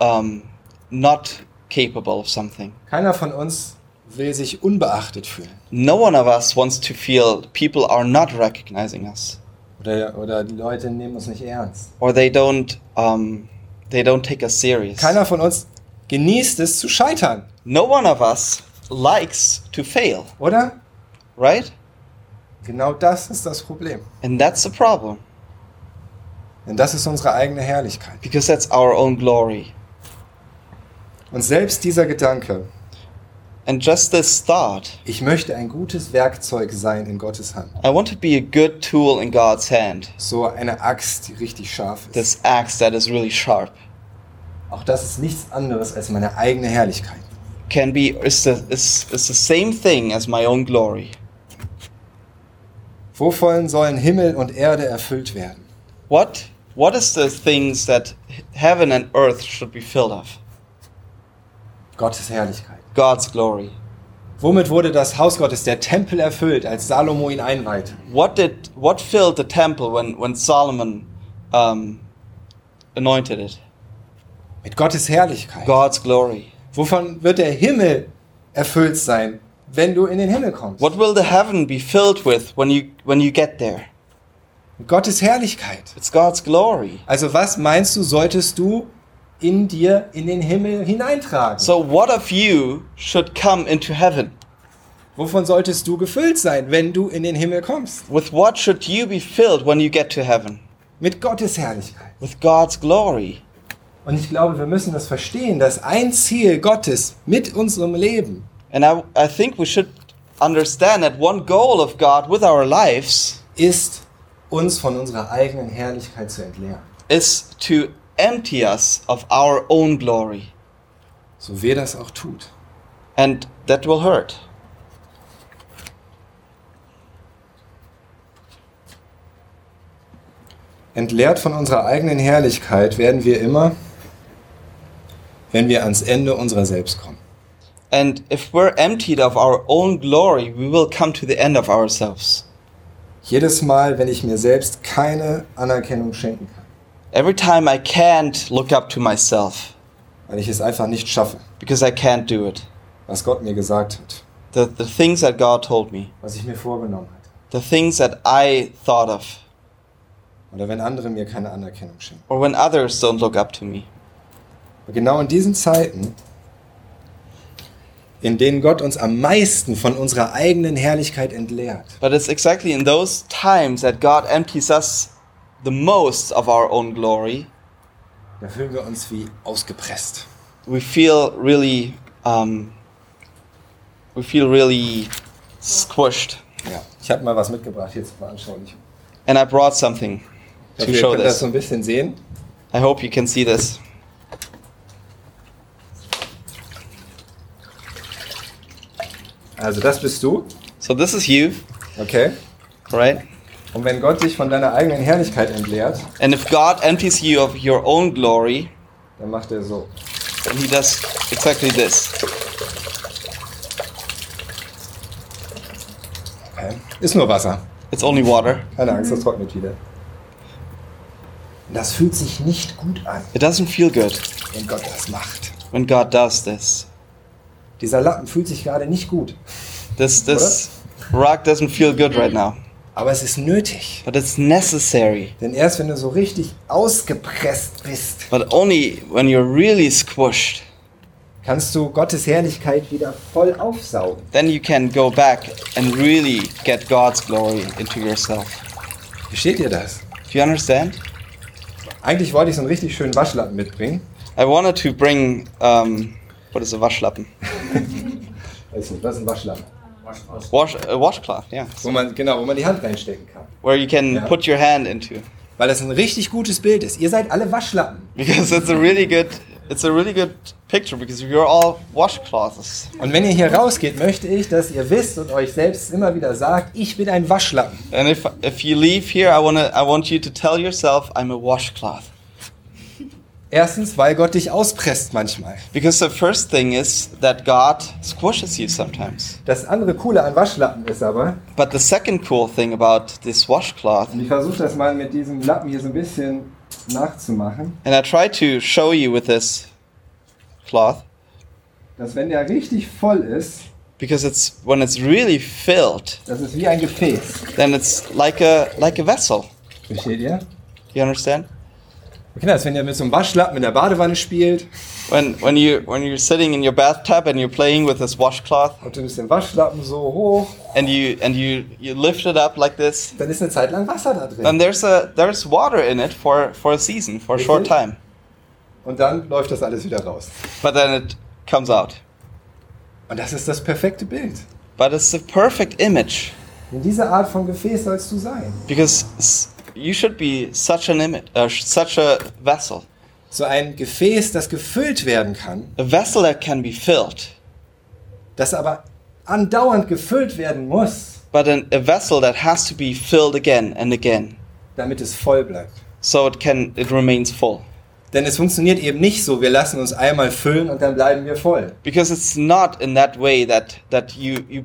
S3: um, not capable of something.
S2: Keiner von uns will sich unbeachtet fühlen.
S3: No one of us wants to feel people are not recognizing us,
S2: Oder, oder die Leute nehmen uns nicht ernst.
S3: or they don't um, they don't take us serious.
S2: Keiner von uns genießt es zu scheitern,
S3: No one of us likes to fail,
S2: oder?
S3: right?
S2: Genau das ist das Problem.
S3: And that's the problem
S2: Denn das ist unsere eigene Herrlichkeit.
S3: because that's our own glory.
S2: Und selbst dieser Gedanke,
S3: And just this thought,
S2: ich möchte ein gutes Werkzeug sein in Gottes Hand.
S3: I want to be a good tool in God's hand.
S2: So eine Axt, die richtig scharf ist.
S3: This axe that is really sharp
S2: Auch das ist nichts anderes als meine eigene Herrlichkeit.
S3: can be is the, is, is the same thing as my own glory.
S2: Wovon sollen Himmel und Erde erfüllt werden?
S3: What what is the things that heaven and earth should be filled of?
S2: Gottes Herrlichkeit.
S3: God's glory.
S2: Womit wurde das Haus Gottes, der Tempel, erfüllt, als Salomo ihn einweihte?
S3: What did what filled the temple when when Solomon um, anointed it?
S2: Mit Gottes Herrlichkeit.
S3: God's glory.
S2: Wovon wird der Himmel erfüllt sein, wenn du in den Himmel kommst?
S3: What will the heaven be filled with when you when you get there?
S2: Mit Gottes Herrlichkeit.
S3: It's God's glory.
S2: Also was meinst du, solltest du in dir in den Himmel hineintragen?
S3: So what of you should come into heaven?
S2: Wovon solltest du gefüllt sein, wenn du in den Himmel kommst?
S3: With what should you be filled when you get to heaven?
S2: Mit Gottes Herrlichkeit.
S3: With God's glory.
S2: Und ich glaube, wir müssen das verstehen, dass ein Ziel Gottes mit unserem Leben
S3: And I I think we should understand that one goal of God with our lives
S2: ist, uns von unserer eigenen Herrlichkeit zu entleeren.
S3: is to empty us of our own glory.
S2: So weh das auch tut.
S3: And that will hurt.
S2: Entleert von unserer eigenen Herrlichkeit werden wir immer, wenn wir ans Ende unserer selbst kommen.
S3: And if we're emptied of our own glory, we will come to the end of ourselves.
S2: Jedes Mal, wenn ich mir selbst keine Anerkennung schenken kann,
S3: Every time I can't look up to myself
S2: weil ich es einfach nicht schaffe,
S3: because I can't do it.
S2: was Gott mir gesagt hat,
S3: The, the things that God told me,
S2: was ich mir vorgenommen hatte.
S3: the things that I thought of,
S2: Oder wenn andere mir keine Anerkennung schenken.
S3: or when others don't look up to me.
S2: Und genau in diesen Zeiten, in denen Gott uns am meisten von unserer eigenen Herrlichkeit entleert,
S3: But it's exactly in those times that God empties us the most of our own glory.
S2: da fühlen wir uns wie ausgepresst.
S3: we feel really um, we feel really squished
S2: Ja. Ich habe mal was mitgebracht hier zur Veranschaulichung.
S3: and i brought something
S2: Ich
S3: to
S2: hoffe, ihr
S3: show
S2: könnt das
S3: this
S2: so ein bisschen sehen.
S3: i hope you can see this
S2: Also das bist du.
S3: So this is you,
S2: Okay.
S3: right?
S2: Und wenn Gott dich von deiner eigenen Herrlichkeit entleert,
S3: And if God empties you of your own glory,
S2: dann macht er so.
S3: then he does exactly this.
S2: Okay. Ist nur Wasser.
S3: It's only water.
S2: Keine Angst, das trocknet wieder. Das fühlt sich nicht gut an,
S3: It doesn't feel good
S2: wenn Gott das macht.
S3: when God does this.
S2: Dieser Lappen fühlt sich gerade nicht gut.
S3: This this rock doesn't feel good right now,
S2: Aber es ist nötig.
S3: but it's necessary.
S2: Denn erst wenn du so richtig ausgepresst bist,
S3: But only when you're really squished,
S2: kannst du Gottes Herrlichkeit wieder voll aufsaugen.
S3: then you can go back and really get God's glory into yourself.
S2: Versteht ihr das?
S3: Do you understand?
S2: Eigentlich wollte ich so einen richtig schönen Waschlappen mitbringen.
S3: I wanted to bring um, what is a waschlappen?
S2: Weiß nicht, was ist ein Waschlappen?
S3: Wash a washcloth, yeah.
S2: Wo man, genau, wo man die Hand reinstecken kann.
S3: Where you can
S2: Yeah.
S3: put your hand into.
S2: Weil das ein richtig gutes Bild ist. Ihr seid alle Waschlappen.
S3: Because it's a really good it's a really good picture because you're all washcloths.
S2: Und wenn ihr hier rausgeht, möchte ich, dass ihr wisst und euch selbst immer wieder sagt, ich bin ein Waschlappen.
S3: And if if you leave here I wanna I want you to tell yourself I'm a washcloth.
S2: Erstens, weil Gott dich auspresst manchmal.
S3: Because the first thing is that God squishes you sometimes.
S2: Das andere Coole an Waschlappen ist aber,
S3: But the second cool thing about this washcloth,
S2: und ich versuche das mal mit diesem Lappen hier so ein bisschen nachzumachen,
S3: and I try to show you with this cloth,
S2: dass wenn der richtig voll ist,
S3: because it's when it's really filled,
S2: das ist wie ein Gefäß.
S3: then it's like a like a vessel.
S2: Versteht ihr?
S3: You understand?
S2: Okay, das ist, wenn ihr mit so einem Waschlappen in der Badewanne spielt,
S3: When when you when you're sitting in your bathtub and you're playing with this washcloth
S2: habt ihr ein bisschen Waschlappen so hoch,
S3: and you and you you lift it up like this,
S2: dann ist eine Zeit lang Wasser da
S3: then
S2: drin.
S3: there's a there's water in it for for a season, for a short
S2: Mhm.
S3: time,
S2: Und dann läuft das alles wieder raus.
S3: but then it comes out.
S2: Und das ist das perfekte Bild.
S3: But it's the perfect image
S2: In dieser Art von Gefäß sollst du sein.
S3: because s- you should be such an image, uh, such a vessel,
S2: So ein Gefäß, das gefüllt werden kann,
S3: a vessel that can be filled,
S2: das aber andauernd gefüllt werden muss,
S3: but an, a vessel that has to be filled again and again,
S2: damit es voll bleibt.
S3: so it can it remains full.
S2: Denn es funktioniert eben nicht so, wir lassen uns einmal füllen und dann bleiben wir voll.
S3: because it's not in that way that that you you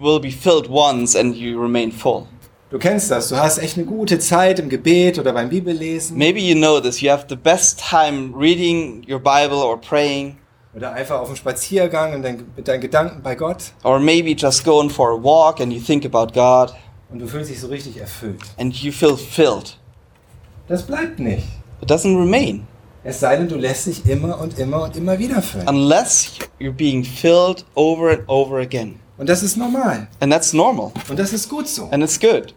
S3: will be filled once and you remain full.
S2: Du kennst das, du hast echt eine gute Zeit im Gebet oder beim Bibellesen
S3: Maybe you know this. You have the best time reading your Bible or praying,
S2: oder einfach auf dem Spaziergang und dein, mit deinen Gedanken bei Gott
S3: or maybe just going for a walk and you think about God
S2: und du fühlst dich so richtig erfüllt.
S3: and you feel filled.
S2: Das bleibt nicht.
S3: It doesn't remain
S2: Es sei denn, du lässt dich immer und immer und immer wieder füllen.
S3: unless you're being filled over and over again,
S2: Und das ist normal.
S3: and that's normal
S2: Und das ist gut so.
S3: and it's good.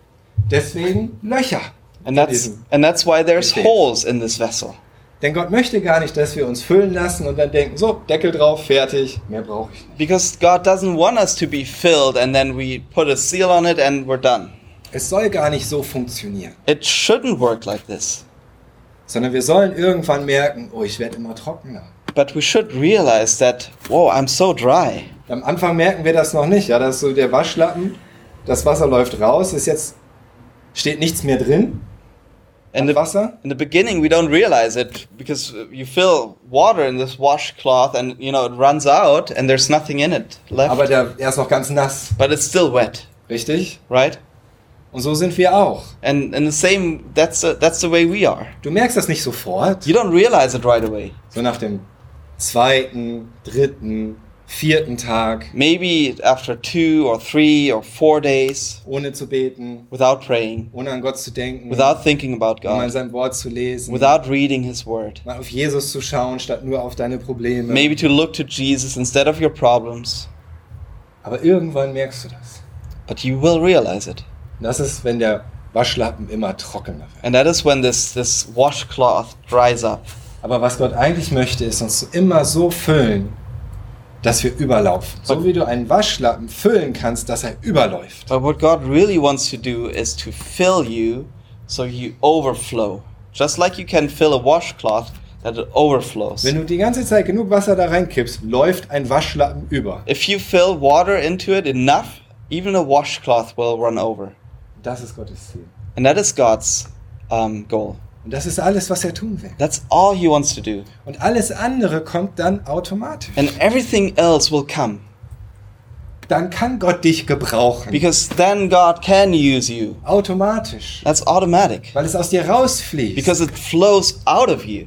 S2: Deswegen Löcher.
S3: And that's and that's why there's
S2: Verstehe.
S3: holes in this vessel.
S2: Denn Gott möchte gar nicht, dass wir uns füllen lassen und dann denken, so, Deckel drauf, fertig, mehr brauche ich nicht.
S3: Because God doesn't want us to be filled and then we put a seal on it and we're done.
S2: Es soll gar nicht so funktionieren,
S3: It shouldn't work like this.
S2: sondern wir sollen irgendwann merken, oh, ich werde immer trockener.
S3: But we should realize that, whoa, I'm so dry.
S2: Am Anfang merken wir das noch nicht, ja, das ist so der Waschlappen, das Wasser läuft raus, ist jetzt, steht nichts mehr drin,
S3: In
S2: an
S3: the,
S2: Wasser.
S3: in the beginning, we don't realize it because you fill water in this washcloth and, you know, it runs out and there's nothing in it left.
S2: Aber der, er ist noch ganz nass,
S3: but it's still wet,
S2: richtig?
S3: right?
S2: Und so sind wir auch.
S3: And, and the same, that's, the that's the way we are.
S2: Du merkst das nicht sofort,
S3: You don't realize it right away.
S2: so nach dem zweiten, dritten, vierten Tag,
S3: Maybe after two or three or four days
S2: ohne zu beten,
S3: without praying,
S2: ohne an Gott zu denken,
S3: without thinking about
S2: um an
S3: God,
S2: sein Wort zu lesen,
S3: without reading His Word.
S2: mal auf Jesus zu schauen, statt nur auf deine Probleme.
S3: Maybe to look to Jesus instead of your problems.
S2: Aber irgendwann merkst du das.
S3: But you will realize it.
S2: Und Das ist, wenn der Waschlappen immer trockener wird.
S3: And that is when this, this washcloth dries up.
S2: Aber was Gott eigentlich möchte, ist uns immer so füllen, dass wir überlaufen. So wie du einen Waschlappen füllen kannst, dass er überläuft.
S3: But what God really wants to do is to fill you so you overflow. Just like you can fill a washcloth that it overflows.
S2: Wenn du die ganze Zeit genug Wasser da reinkippst, läuft ein Waschlappen über.
S3: If you fill water into it enough, even a washcloth will run over.
S2: Das ist Gottes Ziel.
S3: And that is God's um, goal.
S2: Und das ist alles, was er tun will.
S3: That's all He wants to do.
S2: Und alles andere kommt dann automatisch.
S3: And everything else will come.
S2: Dann kann Gott dich gebrauchen.
S3: Because then God can use you.
S2: Automatisch.
S3: That's automatic.
S2: Weil es aus dir rausfließt.
S3: Because it flows out of you.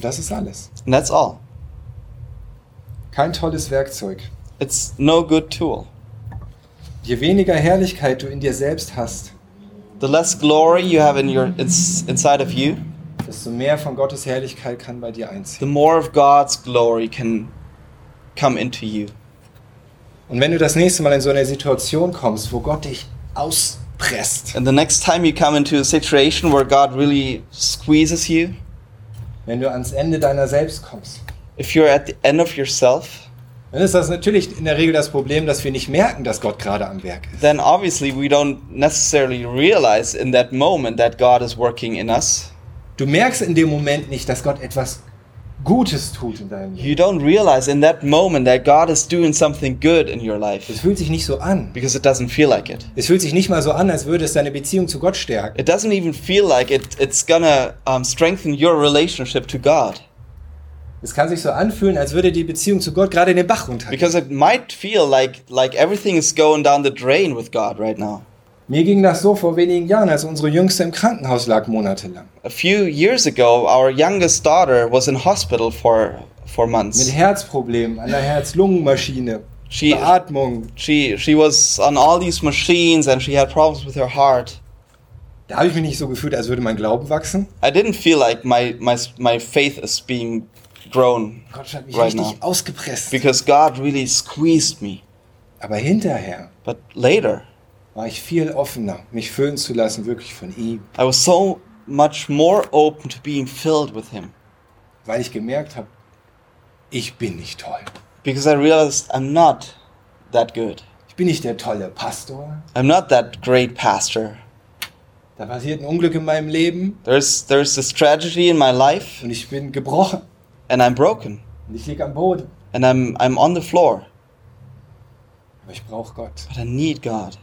S2: Das ist alles.
S3: And that's all.
S2: Kein tolles Werkzeug.
S3: It's no good tool.
S2: Je weniger Herrlichkeit du in dir selbst hast,
S3: The less glory you have in your ins, inside of you,
S2: desto mehr von Gottes Herrlichkeit kann bei dir
S3: the
S2: einziehen.
S3: more of God's glory can come into you.
S2: Und wenn du das nächste Mal in so eine Situation kommst, wo Gott dich auspresst,
S3: And the next time you come into a situation where God really squeezes you,
S2: wenn du ans Ende deiner selbst kommst,
S3: if you're at the end of yourself,
S2: dann ist das natürlich in der Regel das Problem, dass wir nicht merken, dass Gott gerade am Werk ist.
S3: then obviously we don't necessarily realize in that moment that God is working in us.
S2: Du merkst in dem Moment nicht, dass Gott etwas Gutes tut in deinem Leben.
S3: You don't realize in that moment that God is doing something good in your
S2: Es
S3: life
S2: fühlt sich nicht so an.
S3: because it doesn't feel like it.
S2: Es fühlt sich nicht mal so an, als würde es deine Beziehung zu Gott stärken.
S3: It doesn't even feel like it, it's gonna um, strengthen your relationship to God
S2: Es kann sich so anfühlen, als würde die Beziehung zu Gott gerade in den Bach runtergehen.
S3: because it might feel like like everything is going down the drain with God right now.
S2: Mir ging das so vor wenigen Jahren, als unsere Jüngste im Krankenhaus lag, monatelang.
S3: A few years ago, our youngest daughter was in hospital for for months.
S2: Mit Herzproblemen, an der Herz-Lungen-Maschine,
S3: She-
S2: Beatmung.
S3: She she was on all these machines and she had problems with her heart.
S2: Da habe ich mich nicht so gefühlt, als würde mein Glauben wachsen.
S3: I didn't feel like my my my faith is being grown
S2: Gott hat mich
S3: right now
S2: richtig ausgepresst.
S3: because God really squeezed me.
S2: Aber hinterher
S3: But later,
S2: war ich viel offener, mich füllen zu lassen, wirklich von ihm.
S3: I was so much more open to being filled with Him
S2: Weil ich gemerkt habe, ich bin nicht toll.
S3: because I realized I'm not that good.
S2: Ich bin nicht der tolle Pastor.
S3: I'm not that great pastor.
S2: Da passiert ein Unglück in meinem Leben
S3: There's there's this tragedy in my life
S2: und ich bin gebrochen.
S3: and I'm broken
S2: Und ich liege am Boden.
S3: and I'm I'm on the floor.
S2: Aber ich brauche Gott.
S3: But I need God.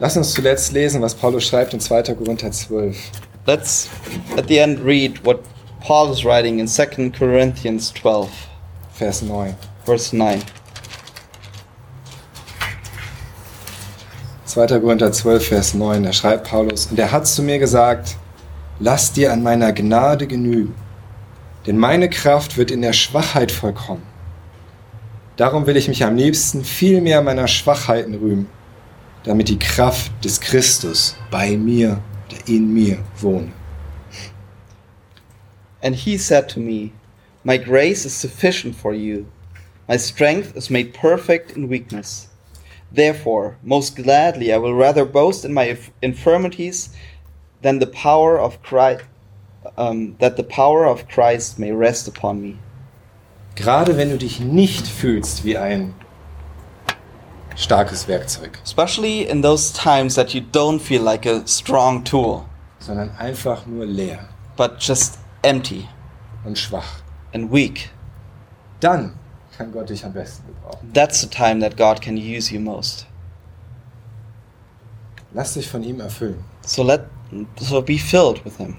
S2: Lass uns zuletzt lesen, was Paulus schreibt in 2. Korinther 12.
S3: Let's at the end read what Paul is writing in 2 Corinthians 12
S2: Vers 9.
S3: verse 9.
S2: 2. Korinther 12, Vers 9, da schreibt Paulus, und er hat zu mir gesagt, lass dir an meiner Gnade genügen, denn meine Kraft wird in der Schwachheit vollkommen. Darum will ich mich am liebsten viel mehr meiner Schwachheiten rühmen, damit die Kraft des Christus bei mir oder in mir wohne.
S3: And he said to me, My grace is sufficient for you. My strength is made perfect in weakness. Therefore, most gladly I will rather boast in my inf- infirmities than the power of Christ um, that the power of Christ may rest upon me.
S2: Gerade wenn du dich nicht fühlst wie ein starkes Werkzeug,
S3: Especially in those times that you don't feel like a strong tool,
S2: sondern einfach nur leer
S3: but just empty
S2: und schwach,
S3: and weak.
S2: dann kann Gott dich am besten gebrauchen.
S3: That's the time that God can use you most.
S2: Lass dich von ihm erfüllen.
S3: So let so be filled with him.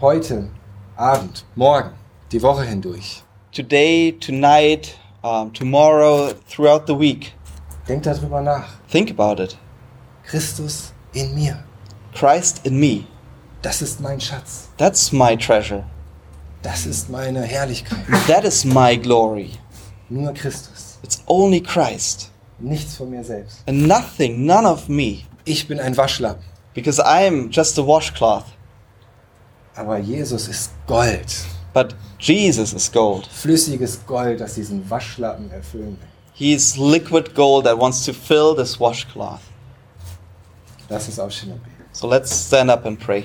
S2: Heute, Abend, morgen, die Woche hindurch.
S3: today, tonight, um, tomorrow, throughout the week.
S2: Denk darüber nach.
S3: Think about it.
S2: Christus in mir.
S3: Christ in me.
S2: Das ist mein Schatz.
S3: That's my treasure.
S2: Das ist meine Herrlichkeit.
S3: That is my glory.
S2: Nur Christus.
S3: It's only Christ
S2: Nichts von mir selbst.
S3: and nothing, none of me,
S2: Ich bin ein Waschlappen.
S3: because I am just a washcloth.
S2: Aber Jesus ist Gold.
S3: But Jesus is gold.
S2: Flüssiges Gold, das diesen Waschlappen erfüllen will.
S3: He is liquid gold that wants to fill this washcloth.
S2: Lass uns aufstehen und beten.
S3: So let's stand up and pray.